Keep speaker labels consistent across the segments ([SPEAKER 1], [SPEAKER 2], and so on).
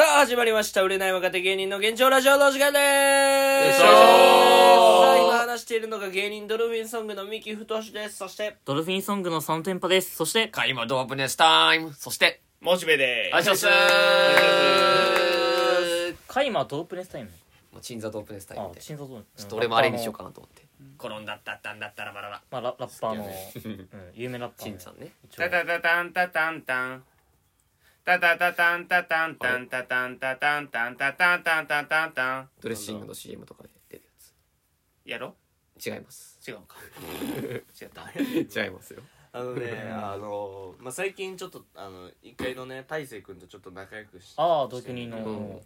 [SPEAKER 1] あ、始まりました。売れない若手芸人の現状ラジオのお時間でーす。
[SPEAKER 2] よいしょー
[SPEAKER 1] さあ、今話しているのが芸人ドルフィンソングの三木太志です。そして、
[SPEAKER 3] ドルフィンソングのサンテンパです。そして、
[SPEAKER 2] 開幕ドアップネスタイムそして
[SPEAKER 4] モチベで
[SPEAKER 2] お願いします
[SPEAKER 3] カイマーとオープネスタイム。
[SPEAKER 2] もう鎮座ドープネスタイム
[SPEAKER 3] あ
[SPEAKER 2] で、ち
[SPEAKER 3] 新作ちょ
[SPEAKER 2] ょっと俺もあれにしようか。なと思って
[SPEAKER 4] 転んだったったんだったらバラバラ
[SPEAKER 3] まあ、ララッパーの、うん、有名ラッパー
[SPEAKER 2] 鎮
[SPEAKER 3] の。
[SPEAKER 2] 座ね
[SPEAKER 3] 一応
[SPEAKER 4] タタタタンタタンタンタタタタンタタンタンタタンタタンタンタタンタンタンタンタン
[SPEAKER 2] ドレッシングの CM とかで出るや
[SPEAKER 4] やろ
[SPEAKER 2] つ違います
[SPEAKER 4] 違うか違った
[SPEAKER 2] 違いますよ
[SPEAKER 1] あのね、あの、まあ、最近ちょっと、あの、一回のね、大勢くんとちょっと仲良くし
[SPEAKER 3] ああ、同居人の。
[SPEAKER 2] うん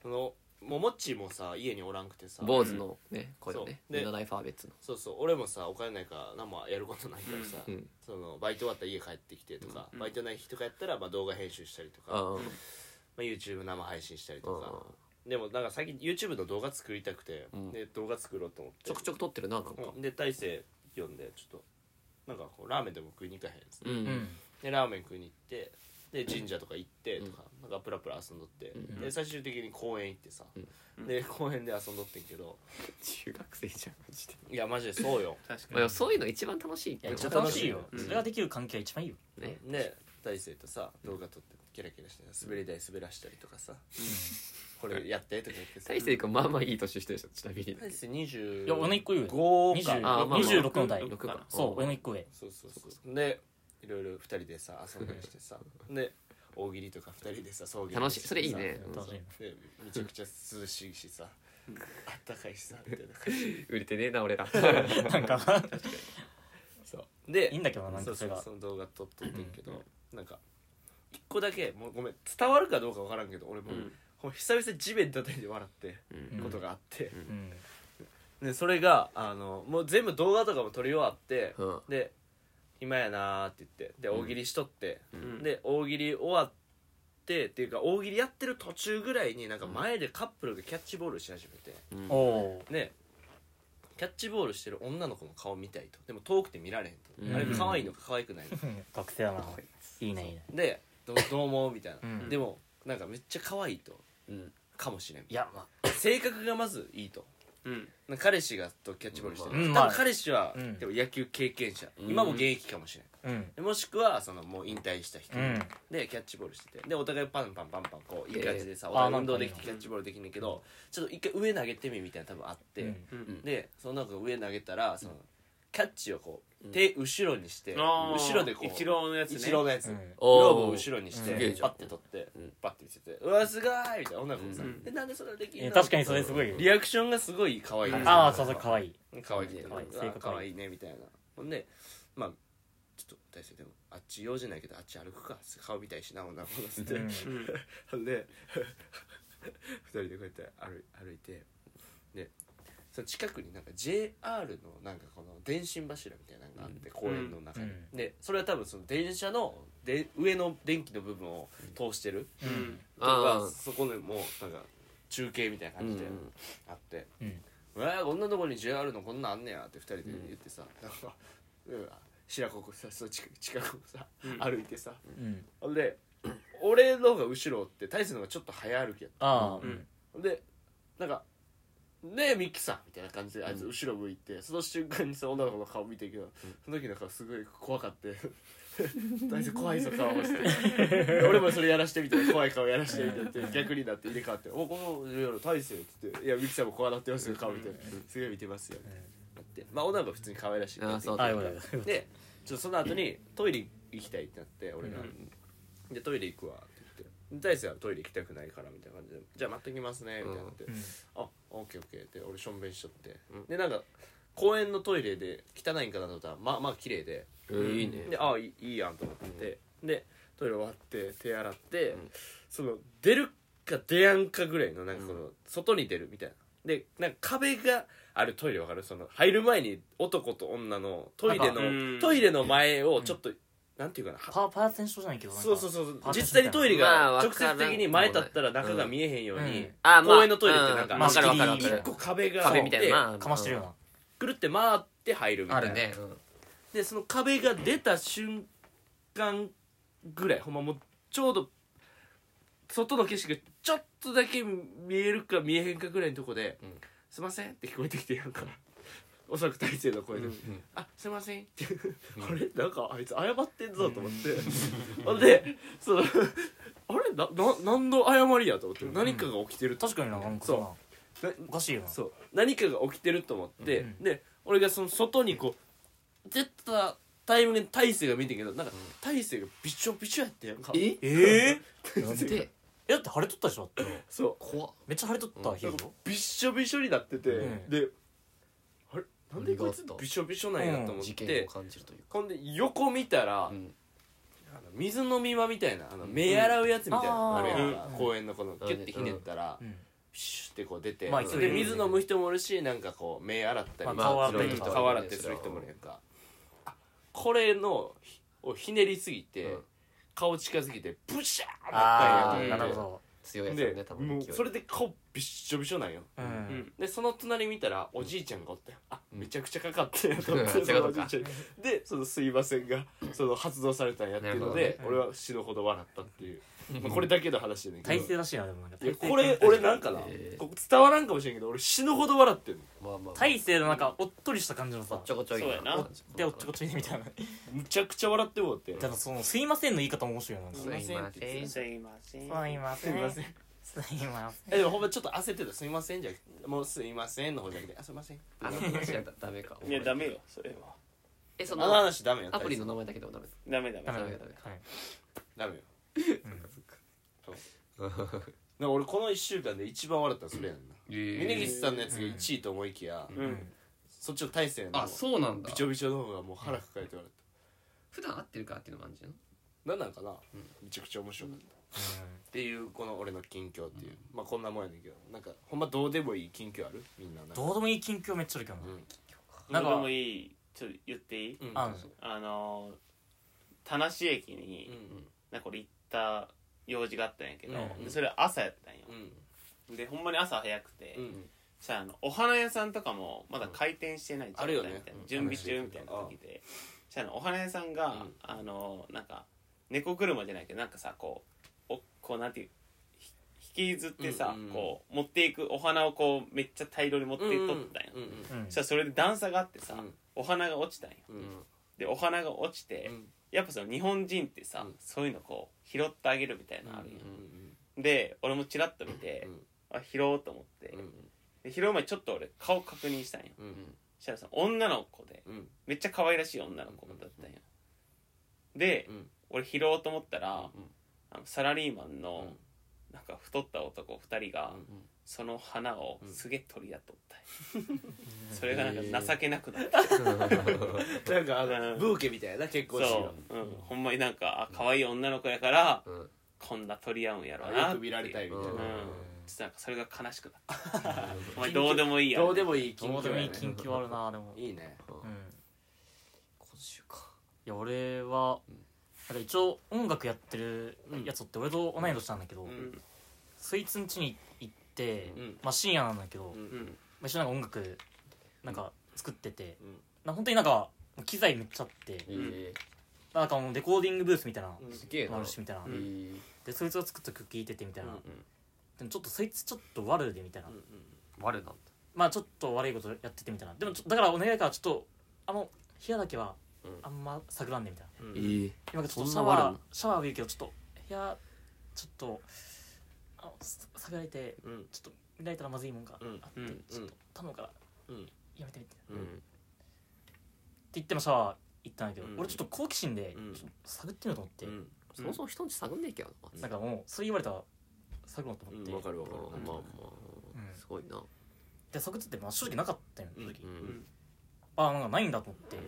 [SPEAKER 1] その、もうモッチーもさ、家におらんくてさ、
[SPEAKER 2] 坊主のねこれね
[SPEAKER 1] そうで
[SPEAKER 2] ルナナイファーベッツの
[SPEAKER 1] そうそう、俺もさ、お金ないから、何もやることないからさ、
[SPEAKER 2] うん
[SPEAKER 1] その、バイト終わったら家帰ってきてとか、バイトない日とかやったら、まあ、動画編集したりとか、
[SPEAKER 2] あ
[SPEAKER 1] まあ、YouTube 生配信したりとか、
[SPEAKER 2] あ
[SPEAKER 1] でもなんか最近 YouTube の動画作りたくて、
[SPEAKER 2] うん
[SPEAKER 1] で動画作ろうと思って
[SPEAKER 2] ちょくちょく撮ってるななんか
[SPEAKER 1] うんで大勢呼んでちょっとなんかこうラーメンでも食いに行かへんやつ、
[SPEAKER 2] うん、
[SPEAKER 3] うん。
[SPEAKER 1] でラーメン食いに行ってで神社とか行ってとか、なんかプラプラ遊んどって、
[SPEAKER 2] うん
[SPEAKER 1] で最終的に公園行ってさ、
[SPEAKER 4] うん
[SPEAKER 1] で公園で遊んどってんけど
[SPEAKER 2] 中学生じゃんマジで
[SPEAKER 1] いやマジでそうよ
[SPEAKER 4] 確
[SPEAKER 2] まあでもそういうの一番楽しい
[SPEAKER 3] いや、一
[SPEAKER 1] ちょっ
[SPEAKER 3] 番
[SPEAKER 1] と
[SPEAKER 3] 楽しいよ。
[SPEAKER 4] うん
[SPEAKER 3] それができる関係が一番いいよ。
[SPEAKER 2] ね
[SPEAKER 1] で大勢とさ動画撮ってキラキラしてさ滑り台滑らしたりとかさ、これやってとか言ってさ
[SPEAKER 2] 大勢君まあまあいい年してるでしょちなみに
[SPEAKER 1] 大勢20
[SPEAKER 3] いや俺の一個上
[SPEAKER 1] 5か
[SPEAKER 3] 20
[SPEAKER 2] ああまあまあ
[SPEAKER 3] 26の代。
[SPEAKER 2] 六か
[SPEAKER 3] そう、俺の一個上。
[SPEAKER 1] そうそうそうでいろいろ二人でさ遊んだりして さで大喜利とか二人でさ送迎
[SPEAKER 2] 楽しいそれいいね
[SPEAKER 1] そうそうでめちゃくちゃ涼しいしさあったかいしさみたいな感 じ
[SPEAKER 2] 売れてねえな俺ら
[SPEAKER 3] なんか、
[SPEAKER 1] そうで
[SPEAKER 3] いいんだけどな、なん
[SPEAKER 1] そ
[SPEAKER 3] か
[SPEAKER 1] う
[SPEAKER 3] そ
[SPEAKER 1] そ
[SPEAKER 3] れ
[SPEAKER 1] う
[SPEAKER 3] が
[SPEAKER 1] そ。の動画撮っとってんけど、
[SPEAKER 2] うん
[SPEAKER 1] なんか一個だけもうごめん伝わるかどうかわからんけど俺も,、
[SPEAKER 2] うん
[SPEAKER 1] もう久々に地面叩いて笑って
[SPEAKER 2] うん
[SPEAKER 1] ことがあって、
[SPEAKER 3] うん。
[SPEAKER 1] でそれがあのもう全部動画とかも撮り終わって、
[SPEAKER 2] うん
[SPEAKER 1] で暇やなーって言ってで大喜利しとって、
[SPEAKER 4] ん
[SPEAKER 1] で大喜利終わってっていうか大喜利やってる途中ぐらいになんか前でカップルがキャッチボールし始めて
[SPEAKER 2] うん
[SPEAKER 3] おお。
[SPEAKER 1] でキャッチボールしてる女の子の顔見たいとでも遠くて見られへんと、
[SPEAKER 2] うん
[SPEAKER 1] あれ可愛いのか可愛くないのか
[SPEAKER 3] うん学生やな。いいね、いいね。
[SPEAKER 1] でどどう思うみたいな、
[SPEAKER 3] うん
[SPEAKER 1] でもなんかめっちゃ可愛いと
[SPEAKER 2] うん
[SPEAKER 1] かもしれん
[SPEAKER 3] いや、ま
[SPEAKER 1] 性格がまずいいと
[SPEAKER 4] うん
[SPEAKER 1] なんか彼氏がとキャッチボールしてる、
[SPEAKER 3] うん
[SPEAKER 1] 多
[SPEAKER 3] まあ
[SPEAKER 1] 分彼氏は、
[SPEAKER 3] うん
[SPEAKER 1] でも野球経験者、
[SPEAKER 2] うん
[SPEAKER 1] 今も現役かもしれん
[SPEAKER 3] あ、うん。
[SPEAKER 1] でもしくはそのもう引退した人、
[SPEAKER 3] うん
[SPEAKER 1] でキャッチボールしててでお互いパンパンパンパンこういい感じでさ、
[SPEAKER 3] えー
[SPEAKER 1] お互い運動
[SPEAKER 3] あー
[SPEAKER 1] できてキャッチボールできんねんけど、ちょっと一回上投げてみみたいな多分あって、
[SPEAKER 3] うん
[SPEAKER 2] うん
[SPEAKER 1] でその中上投げたらそのキャッチをこう手後ろにして、
[SPEAKER 4] あー
[SPEAKER 1] 後ろでこう
[SPEAKER 4] 一郎のやつね
[SPEAKER 1] 一郎のやつ、
[SPEAKER 3] うん
[SPEAKER 1] グローブを後ろにし
[SPEAKER 3] う
[SPEAKER 1] て
[SPEAKER 3] ん
[SPEAKER 2] すげえじ
[SPEAKER 1] パ
[SPEAKER 2] ゃん
[SPEAKER 1] ッて取って、
[SPEAKER 2] うん
[SPEAKER 1] パッて見せて「うわすごい!」みたいな女の子さ、
[SPEAKER 2] うん
[SPEAKER 1] でなんでそれできん
[SPEAKER 3] え
[SPEAKER 1] の
[SPEAKER 3] 確かにそれすごいよ。
[SPEAKER 1] リアクションがすごい可愛い
[SPEAKER 3] ああ、そうそう、かわいい。
[SPEAKER 1] 可愛くて
[SPEAKER 2] 可
[SPEAKER 3] 愛い
[SPEAKER 1] うわ
[SPEAKER 3] 性格可愛い
[SPEAKER 1] 可愛いねみたいなほんでまあちょっと大勢でもあっち用事ないけどあっち歩くか顔見たいしな女の子だっつって、
[SPEAKER 3] うん
[SPEAKER 1] ほんで 二人でこうやって歩い歩いてでその近くになんか JR のなんかこの電信柱みたいなのがあって、公園の中に、
[SPEAKER 3] うん
[SPEAKER 1] でそれは多分その電車ので上の電気の部分を通してる
[SPEAKER 3] うん。
[SPEAKER 1] とか、
[SPEAKER 2] あー
[SPEAKER 1] そこでもうなんか中継みたいな感じであって、
[SPEAKER 3] うん。
[SPEAKER 1] うわーこんなとこに JR のこんなんあんねやって二人で言ってさ、なんかうん白子さその近く近くをさ、歩いてさ
[SPEAKER 3] うん。
[SPEAKER 1] ほんで俺の方が後ろおって大勢の方がちょっと早歩きやっ
[SPEAKER 3] ああ、
[SPEAKER 4] うん
[SPEAKER 1] たでなんか「ねえミキさん」みたいな感じであいつ後ろ向いて、その瞬間にさ女の子の顔見てんけど、その時の顔すごい怖かって 大勢怖いぞ顔を して俺もそれやらしてみたいな怖い顔やらしてみたいなって逆になって入れ替わって「おこの夜大勢」っつって「いやミキさんも怖なってますよ顔見てすげえ見てますよ」みたいななってまあ女の子は普通に可愛らしい
[SPEAKER 2] あーそう
[SPEAKER 3] ああ、よかった。
[SPEAKER 1] でちょっとその後にトイレ行きたいってなって俺が「でトイレ行くわ」って言って大勢はトイレ行きたくないからみたいな感じで「じゃあ待っときますね」みたいになって
[SPEAKER 3] うん
[SPEAKER 1] 「あオッケーオッケー」って俺しょんべんしとってでなんか公園のトイレで汚いんかなと思ったらまあまあ綺麗で
[SPEAKER 2] うんいいね
[SPEAKER 1] でああいいいいやんと思ってでトイレ終わって手洗ってその出るか出やんかぐらいのなんかこの外に出るみたいなでなんか壁があるトイレわかるその入る前に男と女のトイレ
[SPEAKER 4] なんかうん
[SPEAKER 1] のトイレの前をちょっとなんていうかなは
[SPEAKER 3] パパーセンションじゃないけどなんか
[SPEAKER 1] そうそうそう
[SPEAKER 3] パーテン
[SPEAKER 1] 実
[SPEAKER 3] ショ
[SPEAKER 1] 際
[SPEAKER 3] ン
[SPEAKER 1] にトイレ
[SPEAKER 2] まあ
[SPEAKER 1] が
[SPEAKER 2] わ
[SPEAKER 1] 直
[SPEAKER 2] から
[SPEAKER 1] 接
[SPEAKER 2] ん
[SPEAKER 1] 的に前立ったら中が見えへんよう
[SPEAKER 3] うん
[SPEAKER 1] に
[SPEAKER 2] あまあ
[SPEAKER 1] 公園のトイレってなんか
[SPEAKER 2] うんわかるわかるわか
[SPEAKER 1] 一
[SPEAKER 2] る
[SPEAKER 1] 個壁が
[SPEAKER 2] 壁みたいな
[SPEAKER 1] あって
[SPEAKER 2] な
[SPEAKER 3] かましてるよ
[SPEAKER 1] くるって回って入るみた
[SPEAKER 2] あ
[SPEAKER 1] いな
[SPEAKER 2] るねうん
[SPEAKER 1] でその壁が出た瞬間ぐらいほんまもうちょうど外の景色がちょっとだけ見えるか見えへんかぐらいのとこで「
[SPEAKER 2] うん
[SPEAKER 1] すいません」って聞こえてきてやんか おそらく大勢の声で「
[SPEAKER 2] ん
[SPEAKER 1] あすいません」って あれなんかあいつ謝ってんぞと思って、 ほんでそのあれなな何の謝りやと思って何かが起きてると
[SPEAKER 3] 確かにななんか
[SPEAKER 1] そ
[SPEAKER 3] そう
[SPEAKER 1] な
[SPEAKER 3] おかしいよな
[SPEAKER 1] そう何かが起きてると思って、
[SPEAKER 3] うん
[SPEAKER 1] で俺がその外にこう出たタイミングで大勢が見てんけどなんか大勢がびちょびちょやってんやんか
[SPEAKER 2] え
[SPEAKER 3] ええ
[SPEAKER 2] なんで
[SPEAKER 3] えだって晴れとったでしょだって
[SPEAKER 1] そう
[SPEAKER 2] 怖っ
[SPEAKER 3] めっちゃ晴れとった日
[SPEAKER 1] な
[SPEAKER 3] よ
[SPEAKER 1] んかびっしょびしょになってて、
[SPEAKER 3] うん
[SPEAKER 1] であれなんでこいつ
[SPEAKER 2] 何があった
[SPEAKER 1] びしょびしょなんやと思っ
[SPEAKER 2] 事件
[SPEAKER 1] て
[SPEAKER 2] を、感じるという
[SPEAKER 1] ほんで横見たら、
[SPEAKER 2] かうん
[SPEAKER 1] あの水飲み場みたいなあの目洗うやつみたいな、
[SPEAKER 3] うん
[SPEAKER 1] あるやん
[SPEAKER 3] あ
[SPEAKER 1] か
[SPEAKER 3] ー
[SPEAKER 1] 公園のこのキュッてひねったら、
[SPEAKER 3] うん
[SPEAKER 1] ピシュってこう出て、
[SPEAKER 3] まあ
[SPEAKER 1] で水飲む人もおるしなんかこう目洗ったり、
[SPEAKER 3] まあ顔洗ったり
[SPEAKER 1] うん
[SPEAKER 3] とか
[SPEAKER 1] 顔洗ったりする人もおるやんかあこれのひをひねりすぎて、
[SPEAKER 2] うん
[SPEAKER 1] 顔近づけてブシャーなっ
[SPEAKER 3] あ
[SPEAKER 1] たん
[SPEAKER 3] あ
[SPEAKER 1] や
[SPEAKER 3] な
[SPEAKER 1] と
[SPEAKER 3] る
[SPEAKER 1] 思
[SPEAKER 3] ほ
[SPEAKER 1] って
[SPEAKER 2] 強
[SPEAKER 3] ど
[SPEAKER 2] いやつだ
[SPEAKER 1] で
[SPEAKER 2] ね多
[SPEAKER 1] も
[SPEAKER 2] 分
[SPEAKER 1] う
[SPEAKER 2] 勢い
[SPEAKER 1] それで顔びっしょびしょなんよ
[SPEAKER 3] う
[SPEAKER 4] うんん
[SPEAKER 1] でその隣見たらおじいちゃんがおったよ、あ
[SPEAKER 2] うん
[SPEAKER 1] めちゃくちゃかかってと思っ
[SPEAKER 2] う
[SPEAKER 1] て
[SPEAKER 2] ん
[SPEAKER 1] その
[SPEAKER 2] 違う
[SPEAKER 1] お
[SPEAKER 2] の
[SPEAKER 1] じい
[SPEAKER 2] か
[SPEAKER 1] ちゃんがでその「すいませんが」その発動されたんやっていうの
[SPEAKER 2] なる
[SPEAKER 1] で、
[SPEAKER 3] ほどね
[SPEAKER 1] 俺は死ぬほど笑ったっていう、まあ、これだけの話やねんけ
[SPEAKER 3] 体
[SPEAKER 1] ど
[SPEAKER 3] 勢らしいなでもなんか
[SPEAKER 1] いや
[SPEAKER 3] 体勢
[SPEAKER 1] これ俺なんかな、
[SPEAKER 2] えー
[SPEAKER 1] ここ伝わらんかもしれんけど俺死ぬほど笑ってんの
[SPEAKER 2] まあまあ
[SPEAKER 3] 体勢のなんかおっとりした感じの
[SPEAKER 2] お
[SPEAKER 3] さ
[SPEAKER 2] っちょこちょい
[SPEAKER 4] そうやな
[SPEAKER 3] でおっちょこちょいみたいな
[SPEAKER 1] むちゃくちゃ笑ってもうて
[SPEAKER 3] ただその「すいません」の言い方面白いよななんか
[SPEAKER 2] すいません
[SPEAKER 4] すいません
[SPEAKER 3] すいません
[SPEAKER 1] すいません
[SPEAKER 3] すいません
[SPEAKER 1] えでもほんまちょっと焦ってた「すいません」じゃなくてもう「すいません」の方じゃなくて「あすいません」
[SPEAKER 2] あの話はダメか
[SPEAKER 4] いやダメよそれは
[SPEAKER 2] えそ
[SPEAKER 1] あ
[SPEAKER 2] の
[SPEAKER 1] の話ダメよ
[SPEAKER 2] アプリの名前だけでもダメ
[SPEAKER 4] ダメダメ
[SPEAKER 3] ダメ
[SPEAKER 2] メ
[SPEAKER 3] ダ
[SPEAKER 2] ダ
[SPEAKER 3] メ
[SPEAKER 2] メ
[SPEAKER 1] ダメよだから俺この1週間で一番笑ったのそれやんな峯
[SPEAKER 5] え
[SPEAKER 1] 岸さんのやつが1位と思いきや、
[SPEAKER 4] う
[SPEAKER 3] うんん
[SPEAKER 1] そっちの大勢の
[SPEAKER 5] あそうなんだ
[SPEAKER 1] びちょびちょの方がもう腹抱えて笑っ
[SPEAKER 2] 普段会ってるからっていうのもあるんじゃん
[SPEAKER 1] たなんなんかな、めちゃくちゃ面白かった、っていうこの俺の近況っていう、まあこんなもんやねんけどなんかほんまどうでもいい近況あるみんななんか
[SPEAKER 3] どうでもいい近況めっちゃあるけど
[SPEAKER 1] う
[SPEAKER 3] なん
[SPEAKER 4] なんかでもいいちょっと言っていい
[SPEAKER 1] うん
[SPEAKER 3] あ
[SPEAKER 4] あの田無駅
[SPEAKER 1] うんう
[SPEAKER 4] に
[SPEAKER 1] ん
[SPEAKER 4] なんか俺行った用事があったんやけど
[SPEAKER 1] うん
[SPEAKER 4] でそれ朝やったんよ
[SPEAKER 1] うん
[SPEAKER 4] でほんまに朝早くて
[SPEAKER 1] うん
[SPEAKER 4] さあのお花屋さんとかもまだ開店してない
[SPEAKER 1] あるよね
[SPEAKER 4] みたいな準備中みたいな時でさあのお花屋さん
[SPEAKER 1] う
[SPEAKER 4] が
[SPEAKER 1] ん
[SPEAKER 4] あのなんか猫車じゃないけどなんかさこうおこうなんていうひ引きずってさ
[SPEAKER 1] うんうんうん
[SPEAKER 4] こう持っていくお花をこうめっちゃ大量に持っていっとったんよ
[SPEAKER 1] うんうん
[SPEAKER 3] う
[SPEAKER 4] そ
[SPEAKER 3] ん
[SPEAKER 4] したらそれで段差があってさ
[SPEAKER 1] うん
[SPEAKER 4] お花が落ちたんよ
[SPEAKER 1] うん
[SPEAKER 4] でお花が落ちて
[SPEAKER 1] うん
[SPEAKER 4] やっぱその日本人ってさ
[SPEAKER 1] うん
[SPEAKER 4] そういうのこう拾ってあげるみたいなのあるよ
[SPEAKER 1] うんうん
[SPEAKER 4] で俺もチラッと見て
[SPEAKER 1] うん
[SPEAKER 4] あ拾おうと思って
[SPEAKER 1] うん
[SPEAKER 4] で拾う前にちょっと俺顔確認したんよ
[SPEAKER 1] うん
[SPEAKER 4] そしたらさ女の子で
[SPEAKER 1] うん
[SPEAKER 4] めっちゃ可愛らしい女の子だったんよで、
[SPEAKER 1] うん
[SPEAKER 4] 俺拾おうと思ったら、
[SPEAKER 2] うん
[SPEAKER 4] あのサラリーマン
[SPEAKER 1] う
[SPEAKER 4] の
[SPEAKER 1] ん
[SPEAKER 4] なんか太った男2人
[SPEAKER 1] う
[SPEAKER 4] が
[SPEAKER 1] ん
[SPEAKER 2] うん
[SPEAKER 4] その花をすげえ取り合っとったんよ、
[SPEAKER 3] うん
[SPEAKER 4] それがなんか情けなくなって、
[SPEAKER 1] なんかあ
[SPEAKER 4] う
[SPEAKER 1] の
[SPEAKER 4] ん
[SPEAKER 1] ブーケみたいな結婚式
[SPEAKER 4] そ
[SPEAKER 1] の
[SPEAKER 4] う、うん、ほんまになんかあ可愛い女の子やから
[SPEAKER 2] うんうん
[SPEAKER 4] こんな取り合うんやろう
[SPEAKER 1] あ
[SPEAKER 4] な
[SPEAKER 1] よく見られたいみたいな
[SPEAKER 4] うん、
[SPEAKER 2] うん
[SPEAKER 4] ちょっとなんかそれが悲しくなったお前どうでもいいや
[SPEAKER 1] どうで
[SPEAKER 4] も
[SPEAKER 1] もいい近
[SPEAKER 3] どうで
[SPEAKER 1] 況
[SPEAKER 3] もい
[SPEAKER 1] や
[SPEAKER 3] い
[SPEAKER 1] ね
[SPEAKER 3] 近況あるなでも
[SPEAKER 1] いいね
[SPEAKER 3] うん
[SPEAKER 2] 今週か
[SPEAKER 3] いや俺はなんか一応音楽やってるやつおって俺と同い年なんだけど、
[SPEAKER 1] うん
[SPEAKER 3] そいつん家に行って、
[SPEAKER 1] うん
[SPEAKER 3] まあ、深夜なんだけど、
[SPEAKER 1] うん
[SPEAKER 3] ま
[SPEAKER 4] うん
[SPEAKER 3] あ一緒になんか音楽なんか作ってて、
[SPEAKER 1] うん
[SPEAKER 3] な本当になんか機材めっちゃあって
[SPEAKER 2] え
[SPEAKER 3] なんかもうレコーディングブースみたいな
[SPEAKER 1] うん
[SPEAKER 2] えすげえ
[SPEAKER 3] のあ
[SPEAKER 2] な
[SPEAKER 3] るしみたいな、
[SPEAKER 4] うん
[SPEAKER 2] え
[SPEAKER 3] でそいつが作った曲聴いててみたいな、
[SPEAKER 1] うん
[SPEAKER 3] でもちょっとそいつちょっと悪でみたいな、
[SPEAKER 1] うんうん
[SPEAKER 2] 我なんだ
[SPEAKER 3] まあちょっと悪いことやっててみたいなでもちょだからお願いからちょっとあの部屋だけは
[SPEAKER 2] うん
[SPEAKER 3] あんま探らんでみたいな
[SPEAKER 1] うんうん
[SPEAKER 2] ええ
[SPEAKER 3] 今ちょっとシ
[SPEAKER 2] そ
[SPEAKER 3] ャ
[SPEAKER 2] んな悪
[SPEAKER 3] ワー
[SPEAKER 2] な
[SPEAKER 3] シャワー浴びるけどちょっと部屋ちょっとあのさ探られて
[SPEAKER 1] うん
[SPEAKER 3] ちょっと見られたらまずいもんがあって、
[SPEAKER 1] うん
[SPEAKER 4] うん
[SPEAKER 3] ちょっと頼むから
[SPEAKER 1] うん
[SPEAKER 3] やめてみて、
[SPEAKER 2] う
[SPEAKER 3] って
[SPEAKER 2] ん
[SPEAKER 3] 言ってもシャワー行ったんだけど、
[SPEAKER 1] うん
[SPEAKER 3] 俺ちょっと好奇心で、
[SPEAKER 1] うん
[SPEAKER 3] ちょっと探ってみようと思って、
[SPEAKER 1] うん
[SPEAKER 2] そもそも人んち探んねえけどな
[SPEAKER 3] なんかもうそれ言われたら探ろうと思って、
[SPEAKER 1] うんわかるわか
[SPEAKER 2] ま
[SPEAKER 1] る
[SPEAKER 2] あまあま
[SPEAKER 3] うん
[SPEAKER 2] あすごいな
[SPEAKER 3] で探ってて、まあ、正直なかったよ、
[SPEAKER 1] うん
[SPEAKER 3] 正直、
[SPEAKER 2] うん
[SPEAKER 3] ああなんかないんだと思って、
[SPEAKER 1] ん